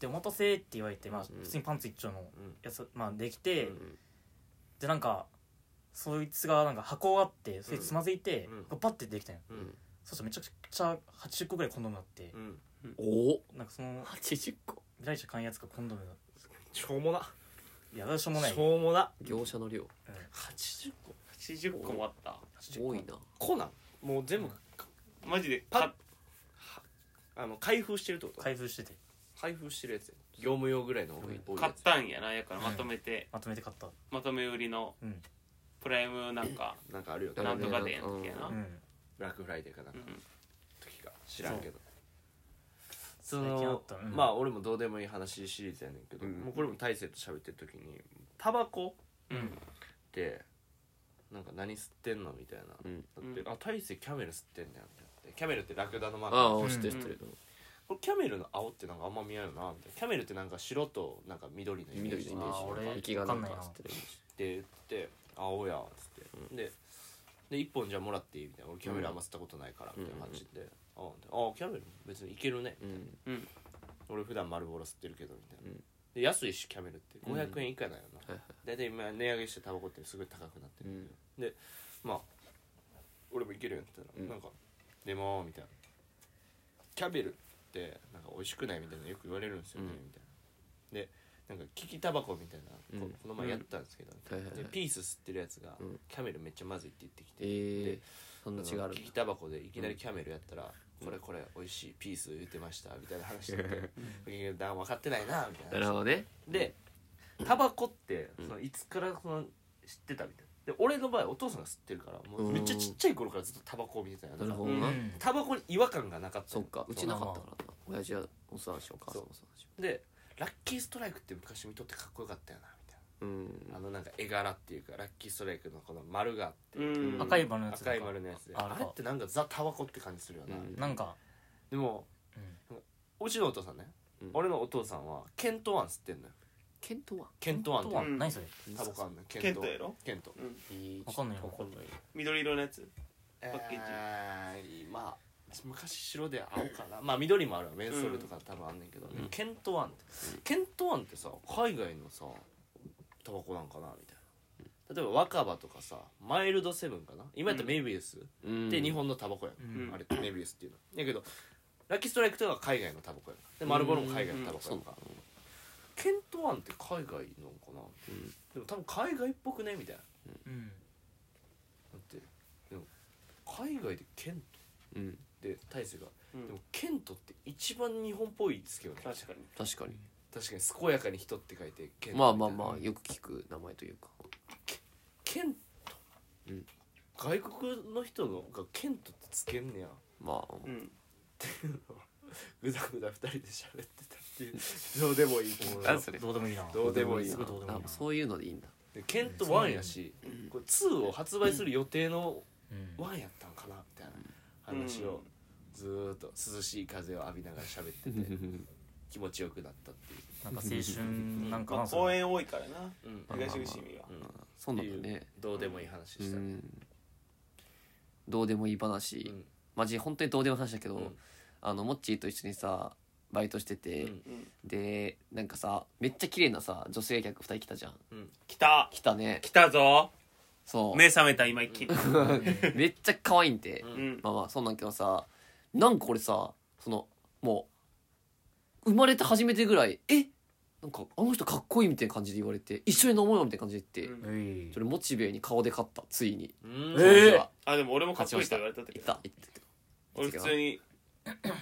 [SPEAKER 3] で「お待たせ」って言われて、まあ、
[SPEAKER 2] うん
[SPEAKER 3] 普通にパンツ一丁の
[SPEAKER 1] うん
[SPEAKER 3] やつ、まあ、できて、
[SPEAKER 2] うん
[SPEAKER 3] でなんかそいつがなんか箱があってそいつつまずいて、
[SPEAKER 1] うん
[SPEAKER 3] こうパッてできたんよ
[SPEAKER 1] うん
[SPEAKER 3] そしたらめちゃくちゃ80個ぐらいコンドームあって、
[SPEAKER 1] うん
[SPEAKER 2] おお
[SPEAKER 3] なんかその
[SPEAKER 2] 八十個
[SPEAKER 3] 依頼者買うやつがコンドームが
[SPEAKER 1] しょうもない
[SPEAKER 3] やどうしようもない
[SPEAKER 1] しょうもな
[SPEAKER 2] 業者の量
[SPEAKER 1] 80個
[SPEAKER 4] 80個もあった
[SPEAKER 3] 80
[SPEAKER 2] 多いな
[SPEAKER 1] コナンもう全部
[SPEAKER 4] マジで
[SPEAKER 1] パッ
[SPEAKER 4] か
[SPEAKER 1] あの開封してるってこと
[SPEAKER 3] 開封してて
[SPEAKER 1] 開封してるやつや業務用ぐらいの多いや
[SPEAKER 4] 買っ
[SPEAKER 1] つ
[SPEAKER 4] たんやなやからまとめて、
[SPEAKER 3] まとめて買った
[SPEAKER 4] まとめ売りの
[SPEAKER 3] うん
[SPEAKER 4] プライムなんか
[SPEAKER 1] なんかあるよね
[SPEAKER 4] なんとかでやんけな、
[SPEAKER 2] う
[SPEAKER 3] うん
[SPEAKER 1] ブラックフライデーかなん
[SPEAKER 4] う
[SPEAKER 1] か
[SPEAKER 4] ん
[SPEAKER 1] 時が知らんけどそ
[SPEAKER 3] 最近あ
[SPEAKER 1] の
[SPEAKER 3] ったうん
[SPEAKER 1] まあ俺もどうでもいい話シリーズやねんけど、
[SPEAKER 2] うん
[SPEAKER 1] もうこれも大勢と喋ってる時にタバコ
[SPEAKER 4] うん
[SPEAKER 1] ってなんか何吸ってんのみたいな、
[SPEAKER 2] うん
[SPEAKER 1] だってあ大勢キャメル吸ってんねやみたいなキャメルってラクダのマーク
[SPEAKER 2] ああ知ってる知ってる
[SPEAKER 1] これキャメルの青ってなんかあんま見合うなみたいなキャメルってなんか白となんか緑のイメー
[SPEAKER 2] 緑
[SPEAKER 1] ジ
[SPEAKER 2] の
[SPEAKER 1] で
[SPEAKER 2] イメ
[SPEAKER 3] あ
[SPEAKER 2] ー
[SPEAKER 3] 俺
[SPEAKER 2] ジ
[SPEAKER 3] わかんないな
[SPEAKER 2] 息がなんか知ってる
[SPEAKER 1] って言って「青や」っつって、でで1本じゃあもらっていいみたいな俺キャメルあんま吸ったことないからみたいな感じで「ああキャメル別にいけるね
[SPEAKER 2] うん
[SPEAKER 4] うん」
[SPEAKER 1] 俺普段丸ボロ吸ってるけどみたいな、
[SPEAKER 2] うん
[SPEAKER 1] で安いしキャメルって500円以下だよな、
[SPEAKER 2] はいはい
[SPEAKER 1] 大体今値上げしてタバコってすごい高くなってるんだけど、でまあ俺もいけるよって言ったら、
[SPEAKER 2] うん
[SPEAKER 1] なんか「でも」みたいな「キャメルってなんか美味しくない?」みたいなのよく言われるんですよね、
[SPEAKER 2] うん
[SPEAKER 1] みたいなでなんか利きタバコみたいな、こ
[SPEAKER 2] うん
[SPEAKER 1] この前やったんですけど、みたいな
[SPEAKER 2] はいはいは
[SPEAKER 1] で
[SPEAKER 2] い
[SPEAKER 1] ピース吸ってるやつが、
[SPEAKER 2] うん
[SPEAKER 1] キャメルめっちゃまずいって言ってきて、
[SPEAKER 2] ええそんな
[SPEAKER 1] 利
[SPEAKER 2] 違うあるんだ
[SPEAKER 1] きタバコでいきなりキャメルやったら「これこれ美味しいピース言ってました」みたいな話してて「いや分かってないな」みたいな
[SPEAKER 2] なるほどね
[SPEAKER 1] でタバコって
[SPEAKER 2] うん
[SPEAKER 1] そのいつからその知ってたみたいなで俺の場合お父さんが吸ってるからもう
[SPEAKER 2] うん
[SPEAKER 1] めっちゃちっちゃい頃からずっとタバコを見てたんや
[SPEAKER 2] なるほど
[SPEAKER 4] うん
[SPEAKER 2] な
[SPEAKER 3] うん
[SPEAKER 1] タバコに違和感がなかった
[SPEAKER 2] そ
[SPEAKER 1] の
[SPEAKER 2] っかうちなかったからな親父はお世話でしょお母さんもお世話でしょ
[SPEAKER 1] でラッキーストライクって昔見とってかっこよかったよなみたい
[SPEAKER 2] うん
[SPEAKER 1] なあのなんか絵柄っていうかラッキーストライクのこの丸があって
[SPEAKER 4] うん
[SPEAKER 3] 赤い丸のやつ
[SPEAKER 1] 赤い丸のやつで
[SPEAKER 3] あ
[SPEAKER 1] あ
[SPEAKER 3] れか
[SPEAKER 1] れってなんかザ・タバコって感じするよな
[SPEAKER 2] うん
[SPEAKER 3] なんか
[SPEAKER 1] でも
[SPEAKER 3] うん
[SPEAKER 1] うちのお父さんね
[SPEAKER 2] うん
[SPEAKER 1] 俺のお父さんはケントワン吸ってんのよ
[SPEAKER 2] ケントは
[SPEAKER 1] ケントワンって
[SPEAKER 4] うん
[SPEAKER 3] 何それ
[SPEAKER 1] タバコあんのよ
[SPEAKER 4] ケントやろ
[SPEAKER 1] ケント
[SPEAKER 4] うん
[SPEAKER 3] わかんないよ
[SPEAKER 2] わかんない
[SPEAKER 4] 緑色のやつ
[SPEAKER 1] パ
[SPEAKER 4] ッケージ
[SPEAKER 1] ジまあ昔白で青かなまあ緑もあるわメンソールとか多分あんねんけど、
[SPEAKER 2] うん
[SPEAKER 1] ケントワンって、ケントワンってさ海外のさタバコなんかなみたいな例えば若葉とかさマイルドセブンかな今やったらメビウス、
[SPEAKER 2] うん
[SPEAKER 1] で日本のタバコやん、
[SPEAKER 3] うん
[SPEAKER 1] あれってメビウスっていうのやけどラッキーストライクとかは海外のタバコやんかでマルボロも海外のタバコ
[SPEAKER 2] そ
[SPEAKER 1] や
[SPEAKER 2] うん
[SPEAKER 1] か、
[SPEAKER 2] か
[SPEAKER 1] ケントワンって海外のかな、
[SPEAKER 2] ん
[SPEAKER 1] でも多分海外っぽくねみたいな
[SPEAKER 3] うん
[SPEAKER 1] だってでも海外でケント
[SPEAKER 2] うん
[SPEAKER 1] で大勢が
[SPEAKER 4] うん
[SPEAKER 1] でもケントって一番日本っぽいですけどね
[SPEAKER 4] 確かに
[SPEAKER 2] 確かに
[SPEAKER 1] 確かに健やかに人って書いてケント
[SPEAKER 2] まあまあま
[SPEAKER 1] み
[SPEAKER 2] あよく聞く名前というか
[SPEAKER 1] たいなケント、
[SPEAKER 2] うん
[SPEAKER 1] 外国の人のがケントってつけんねや
[SPEAKER 2] まあ
[SPEAKER 4] うん
[SPEAKER 1] ぐだぐだ二人で喋ってたって いうどうでもいいけど
[SPEAKER 2] なんそれ
[SPEAKER 3] どうでもいいな
[SPEAKER 1] どうでもいいな
[SPEAKER 3] すごいどうでもいい
[SPEAKER 2] あ
[SPEAKER 3] な
[SPEAKER 2] そういうのでいいんだ
[SPEAKER 1] でケント1やしこれ2を発売する予定の
[SPEAKER 3] うん
[SPEAKER 1] 1やったんかなみたいな話をずーっと涼しい風を浴びながら喋ってて気持ちよくなったっていう
[SPEAKER 3] なんか青春なんか
[SPEAKER 4] まあ
[SPEAKER 3] な
[SPEAKER 4] 公
[SPEAKER 3] それ
[SPEAKER 4] 園多いからな
[SPEAKER 1] うん
[SPEAKER 3] まあまあ
[SPEAKER 4] 東伏見は
[SPEAKER 1] うん
[SPEAKER 2] そうなんだ
[SPEAKER 1] っ
[SPEAKER 2] ね
[SPEAKER 1] ていうどうでもいい話でしたね
[SPEAKER 2] うんどうでもいい話、
[SPEAKER 1] うん
[SPEAKER 2] マジ本当にどうでもいい話だけど、
[SPEAKER 1] うん
[SPEAKER 2] あのモッチーと一緒にさバイトしてて、
[SPEAKER 1] うん
[SPEAKER 4] うん
[SPEAKER 2] でなんかさめっちゃ綺麗なさ女性客2人来たじゃん
[SPEAKER 4] 来た
[SPEAKER 2] 来たね
[SPEAKER 4] 来たぞ
[SPEAKER 2] そう、
[SPEAKER 4] 目覚めた今一気に
[SPEAKER 2] めっちゃ可愛いんで、
[SPEAKER 1] うん
[SPEAKER 4] うん
[SPEAKER 2] まあまあそうなんだけどさなんかこれさそのもう生まれて初めてぐらいえなんかあの人かっこいいみたいな感じで言われて一緒に飲もうよみたいな感じで言って、
[SPEAKER 4] うん
[SPEAKER 3] うい
[SPEAKER 2] それモチベに顔で勝ったついに、
[SPEAKER 1] うん
[SPEAKER 2] その日
[SPEAKER 3] え
[SPEAKER 2] は
[SPEAKER 4] あでも俺もかっこいいって言われたっ
[SPEAKER 2] 行
[SPEAKER 4] て
[SPEAKER 2] った行った
[SPEAKER 4] 俺普通に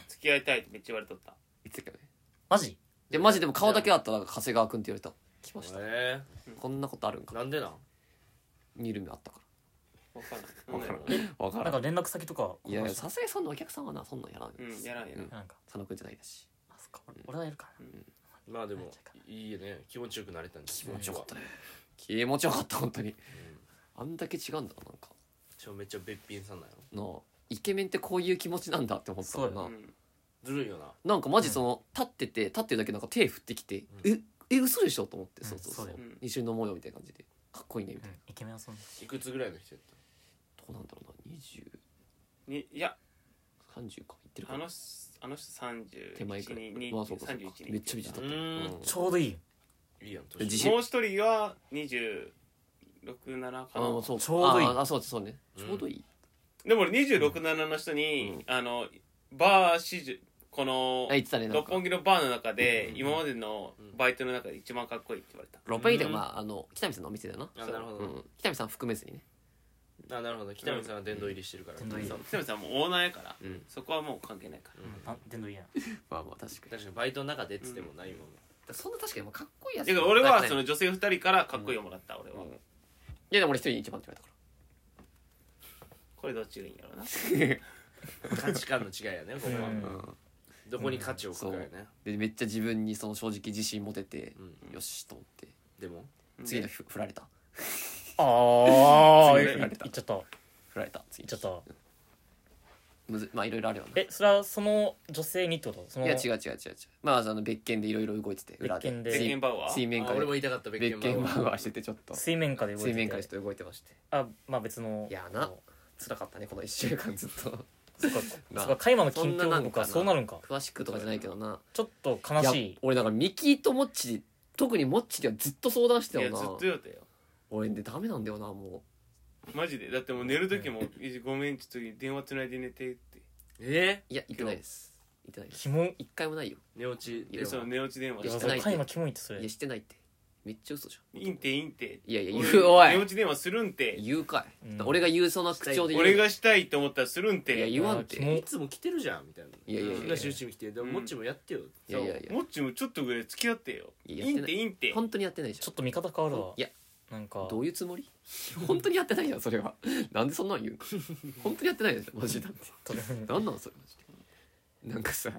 [SPEAKER 4] 付き合いたいってめっちゃ言われとった
[SPEAKER 2] 言ってたけどね
[SPEAKER 3] マジ
[SPEAKER 2] でマジでも顔だけあったら長谷川君って言われた来ました
[SPEAKER 1] え
[SPEAKER 2] こんなことあるん
[SPEAKER 1] ー
[SPEAKER 2] か
[SPEAKER 1] なんでなん
[SPEAKER 2] 見る目あったか
[SPEAKER 4] わかんない
[SPEAKER 2] らわからわ
[SPEAKER 4] うん
[SPEAKER 2] か
[SPEAKER 3] なん
[SPEAKER 2] らん
[SPEAKER 3] か連絡先とか
[SPEAKER 2] いやいやさすがにそんなお客さんはなそんなんやらん
[SPEAKER 4] んうんやらんやらん
[SPEAKER 2] うん
[SPEAKER 3] なんか
[SPEAKER 2] 佐野君じゃないだし
[SPEAKER 3] あそっか俺俺がいるから
[SPEAKER 1] まあでもいいよね気持ちよくなれたんです
[SPEAKER 2] 気持ちよかったね気持ちよかった本当にあんだけ違うんだななんか
[SPEAKER 1] しかもめっちゃべっぴんさんなんやろ
[SPEAKER 2] なあイケメンってこういう気持ちなんだって思ったから
[SPEAKER 3] そう
[SPEAKER 2] な
[SPEAKER 4] うん
[SPEAKER 1] ずるいよな
[SPEAKER 2] なんかマジその立ってて立ってるだけなんか手振ってきて
[SPEAKER 1] う
[SPEAKER 2] ええ嘘でしょと思って
[SPEAKER 3] うん
[SPEAKER 2] そうそうそ
[SPEAKER 3] そう
[SPEAKER 2] う
[SPEAKER 3] だ
[SPEAKER 4] ようん
[SPEAKER 2] 一緒に飲もうよみたいな感じでかっこいいねみ
[SPEAKER 3] う
[SPEAKER 2] たい
[SPEAKER 3] んイケメンはそんな
[SPEAKER 1] うんいくつぐらいの人やっ
[SPEAKER 2] などうなんだろうな2030
[SPEAKER 4] にいや
[SPEAKER 2] かいってるか
[SPEAKER 4] あ
[SPEAKER 2] な
[SPEAKER 4] のすあの人31
[SPEAKER 2] 手前くらい
[SPEAKER 4] に
[SPEAKER 2] まあそうかそうか
[SPEAKER 4] 31に
[SPEAKER 2] めっちゃ美人だった
[SPEAKER 1] うーん
[SPEAKER 2] うん
[SPEAKER 3] ちょうどいい
[SPEAKER 1] たいいやん
[SPEAKER 2] え自
[SPEAKER 1] 年
[SPEAKER 2] 信
[SPEAKER 4] もう一人は267か
[SPEAKER 2] あ
[SPEAKER 4] な
[SPEAKER 2] あそう
[SPEAKER 3] ちょうどいい
[SPEAKER 2] あああそうそうね
[SPEAKER 1] う
[SPEAKER 2] ち
[SPEAKER 1] ん
[SPEAKER 2] ょうどいい
[SPEAKER 4] でも俺267の人に、あのバー始終この
[SPEAKER 2] あ言ってたねなん
[SPEAKER 4] 六
[SPEAKER 2] か
[SPEAKER 4] 本木のバーの中
[SPEAKER 1] う
[SPEAKER 4] で
[SPEAKER 1] ん
[SPEAKER 4] 今までのバイトの中で一番かっこいいって言われた
[SPEAKER 2] 六本木で
[SPEAKER 1] うん
[SPEAKER 2] まああの北見さんのお店だよな
[SPEAKER 1] あなるほ
[SPEAKER 2] う
[SPEAKER 1] ど
[SPEAKER 2] ん北見さん含めずにね
[SPEAKER 1] あなるほど北見さんは殿堂入りしてるから
[SPEAKER 3] 殿堂入り
[SPEAKER 1] そう
[SPEAKER 4] 北見さんもうオーナーやから、
[SPEAKER 2] うん
[SPEAKER 4] そこはもう関係ないから、
[SPEAKER 3] あ電動いいや
[SPEAKER 2] まあまあ確か
[SPEAKER 1] 確かにバイトの中でっつってもないもん
[SPEAKER 2] にそんな確かにまあかっこいいやつ
[SPEAKER 4] だから俺は
[SPEAKER 2] なんか
[SPEAKER 4] そ
[SPEAKER 2] ね
[SPEAKER 4] の女性2人からかっこいいをもらった俺は、
[SPEAKER 2] うんいやでも俺一人に一番って言わ
[SPEAKER 4] これどっちがいいんやろうな
[SPEAKER 2] れたか
[SPEAKER 1] 価値観の違いやねここは、
[SPEAKER 3] うん
[SPEAKER 2] ら、うん、
[SPEAKER 1] どこに価値を置くかやね、
[SPEAKER 2] でめっちゃ自分にその正直自信持てて、
[SPEAKER 1] うん
[SPEAKER 2] よしと思って
[SPEAKER 1] でも
[SPEAKER 2] 次の日ふ振られた
[SPEAKER 3] ああ
[SPEAKER 2] 次
[SPEAKER 3] い
[SPEAKER 2] 振ら
[SPEAKER 3] い
[SPEAKER 2] れた
[SPEAKER 3] っちゃったい
[SPEAKER 2] 振られた次
[SPEAKER 3] っちゃった
[SPEAKER 2] むずまあいろいろあるよね
[SPEAKER 3] えそれはその女性にってことその
[SPEAKER 2] いや違う違う違う違うまああの別件でいろいろ動いてて裏で
[SPEAKER 3] 別件で
[SPEAKER 2] 水
[SPEAKER 4] ベッケンバウアー
[SPEAKER 2] 水面
[SPEAKER 1] あ
[SPEAKER 2] 下
[SPEAKER 1] 俺も言
[SPEAKER 2] で
[SPEAKER 1] いたかった別
[SPEAKER 2] 別
[SPEAKER 1] 件
[SPEAKER 2] 件
[SPEAKER 1] は
[SPEAKER 2] バウアーしててちょっと
[SPEAKER 3] 水面下で動いてて
[SPEAKER 2] 水面下でちょっと動いてまして
[SPEAKER 3] あまあ別の
[SPEAKER 2] いやな辛かったねこの1週間ずっ と
[SPEAKER 3] そっか
[SPEAKER 2] な
[SPEAKER 3] そっかカイマの近況とか
[SPEAKER 2] そ
[SPEAKER 3] そ
[SPEAKER 2] ん
[SPEAKER 3] う
[SPEAKER 2] な
[SPEAKER 3] な
[SPEAKER 2] な
[SPEAKER 3] るんか
[SPEAKER 2] 詳しくとかじゃないけどな
[SPEAKER 3] ちょっと悲しい
[SPEAKER 2] や俺だからミキとモッチ特にモッチではずっと相談してた
[SPEAKER 4] いや
[SPEAKER 2] よ
[SPEAKER 4] ずっ
[SPEAKER 2] な
[SPEAKER 4] とよったよ
[SPEAKER 2] 俺でダメなんだよなも
[SPEAKER 4] マジでだってもう寝る時も「ごめんちょっと電話つないで寝て」って
[SPEAKER 1] え
[SPEAKER 2] ういや言ってないです言ってないです
[SPEAKER 3] キモい
[SPEAKER 2] 一回もないよ
[SPEAKER 1] ー、寝落ち
[SPEAKER 2] い
[SPEAKER 4] で
[SPEAKER 2] や
[SPEAKER 4] その寝落ち電話
[SPEAKER 2] いや
[SPEAKER 3] や
[SPEAKER 2] して
[SPEAKER 3] そ
[SPEAKER 2] ない
[SPEAKER 3] れ
[SPEAKER 2] って
[SPEAKER 3] カイマキモいってそ
[SPEAKER 2] いや
[SPEAKER 3] れ
[SPEAKER 2] してないってめっちゃ嘘じゃ
[SPEAKER 4] インテインテ
[SPEAKER 2] んいやいや
[SPEAKER 4] 俺
[SPEAKER 2] 言うお
[SPEAKER 4] 寝
[SPEAKER 2] い
[SPEAKER 4] 落ち電話するんて
[SPEAKER 2] 言うかい、
[SPEAKER 3] うん
[SPEAKER 2] 俺が言うその口調で言う
[SPEAKER 4] 俺がしたいと思ったらするんて
[SPEAKER 2] いや言わんて
[SPEAKER 3] あーキモ
[SPEAKER 1] いつも来てるじゃんみたいない
[SPEAKER 2] やいやいや
[SPEAKER 1] 東うちも来てでも
[SPEAKER 4] うん
[SPEAKER 1] もっちもやってよ、
[SPEAKER 2] いやいやいや
[SPEAKER 4] もっちもちょっとぐらい付き合ってよ
[SPEAKER 2] いややっ
[SPEAKER 4] イ
[SPEAKER 2] て
[SPEAKER 4] ン
[SPEAKER 2] な
[SPEAKER 4] テ
[SPEAKER 2] い
[SPEAKER 4] インテ
[SPEAKER 2] 本当にやってないじ
[SPEAKER 3] ちょっと見方変わるわ
[SPEAKER 2] いや
[SPEAKER 3] なん
[SPEAKER 2] ゃ
[SPEAKER 3] か
[SPEAKER 2] んどういうつもり本当にやってないじゃんそれは なんでそんなの言うの本当にやってないじゃんマ ジだって
[SPEAKER 3] とりあえず
[SPEAKER 2] なんなんそれマジでなんかさ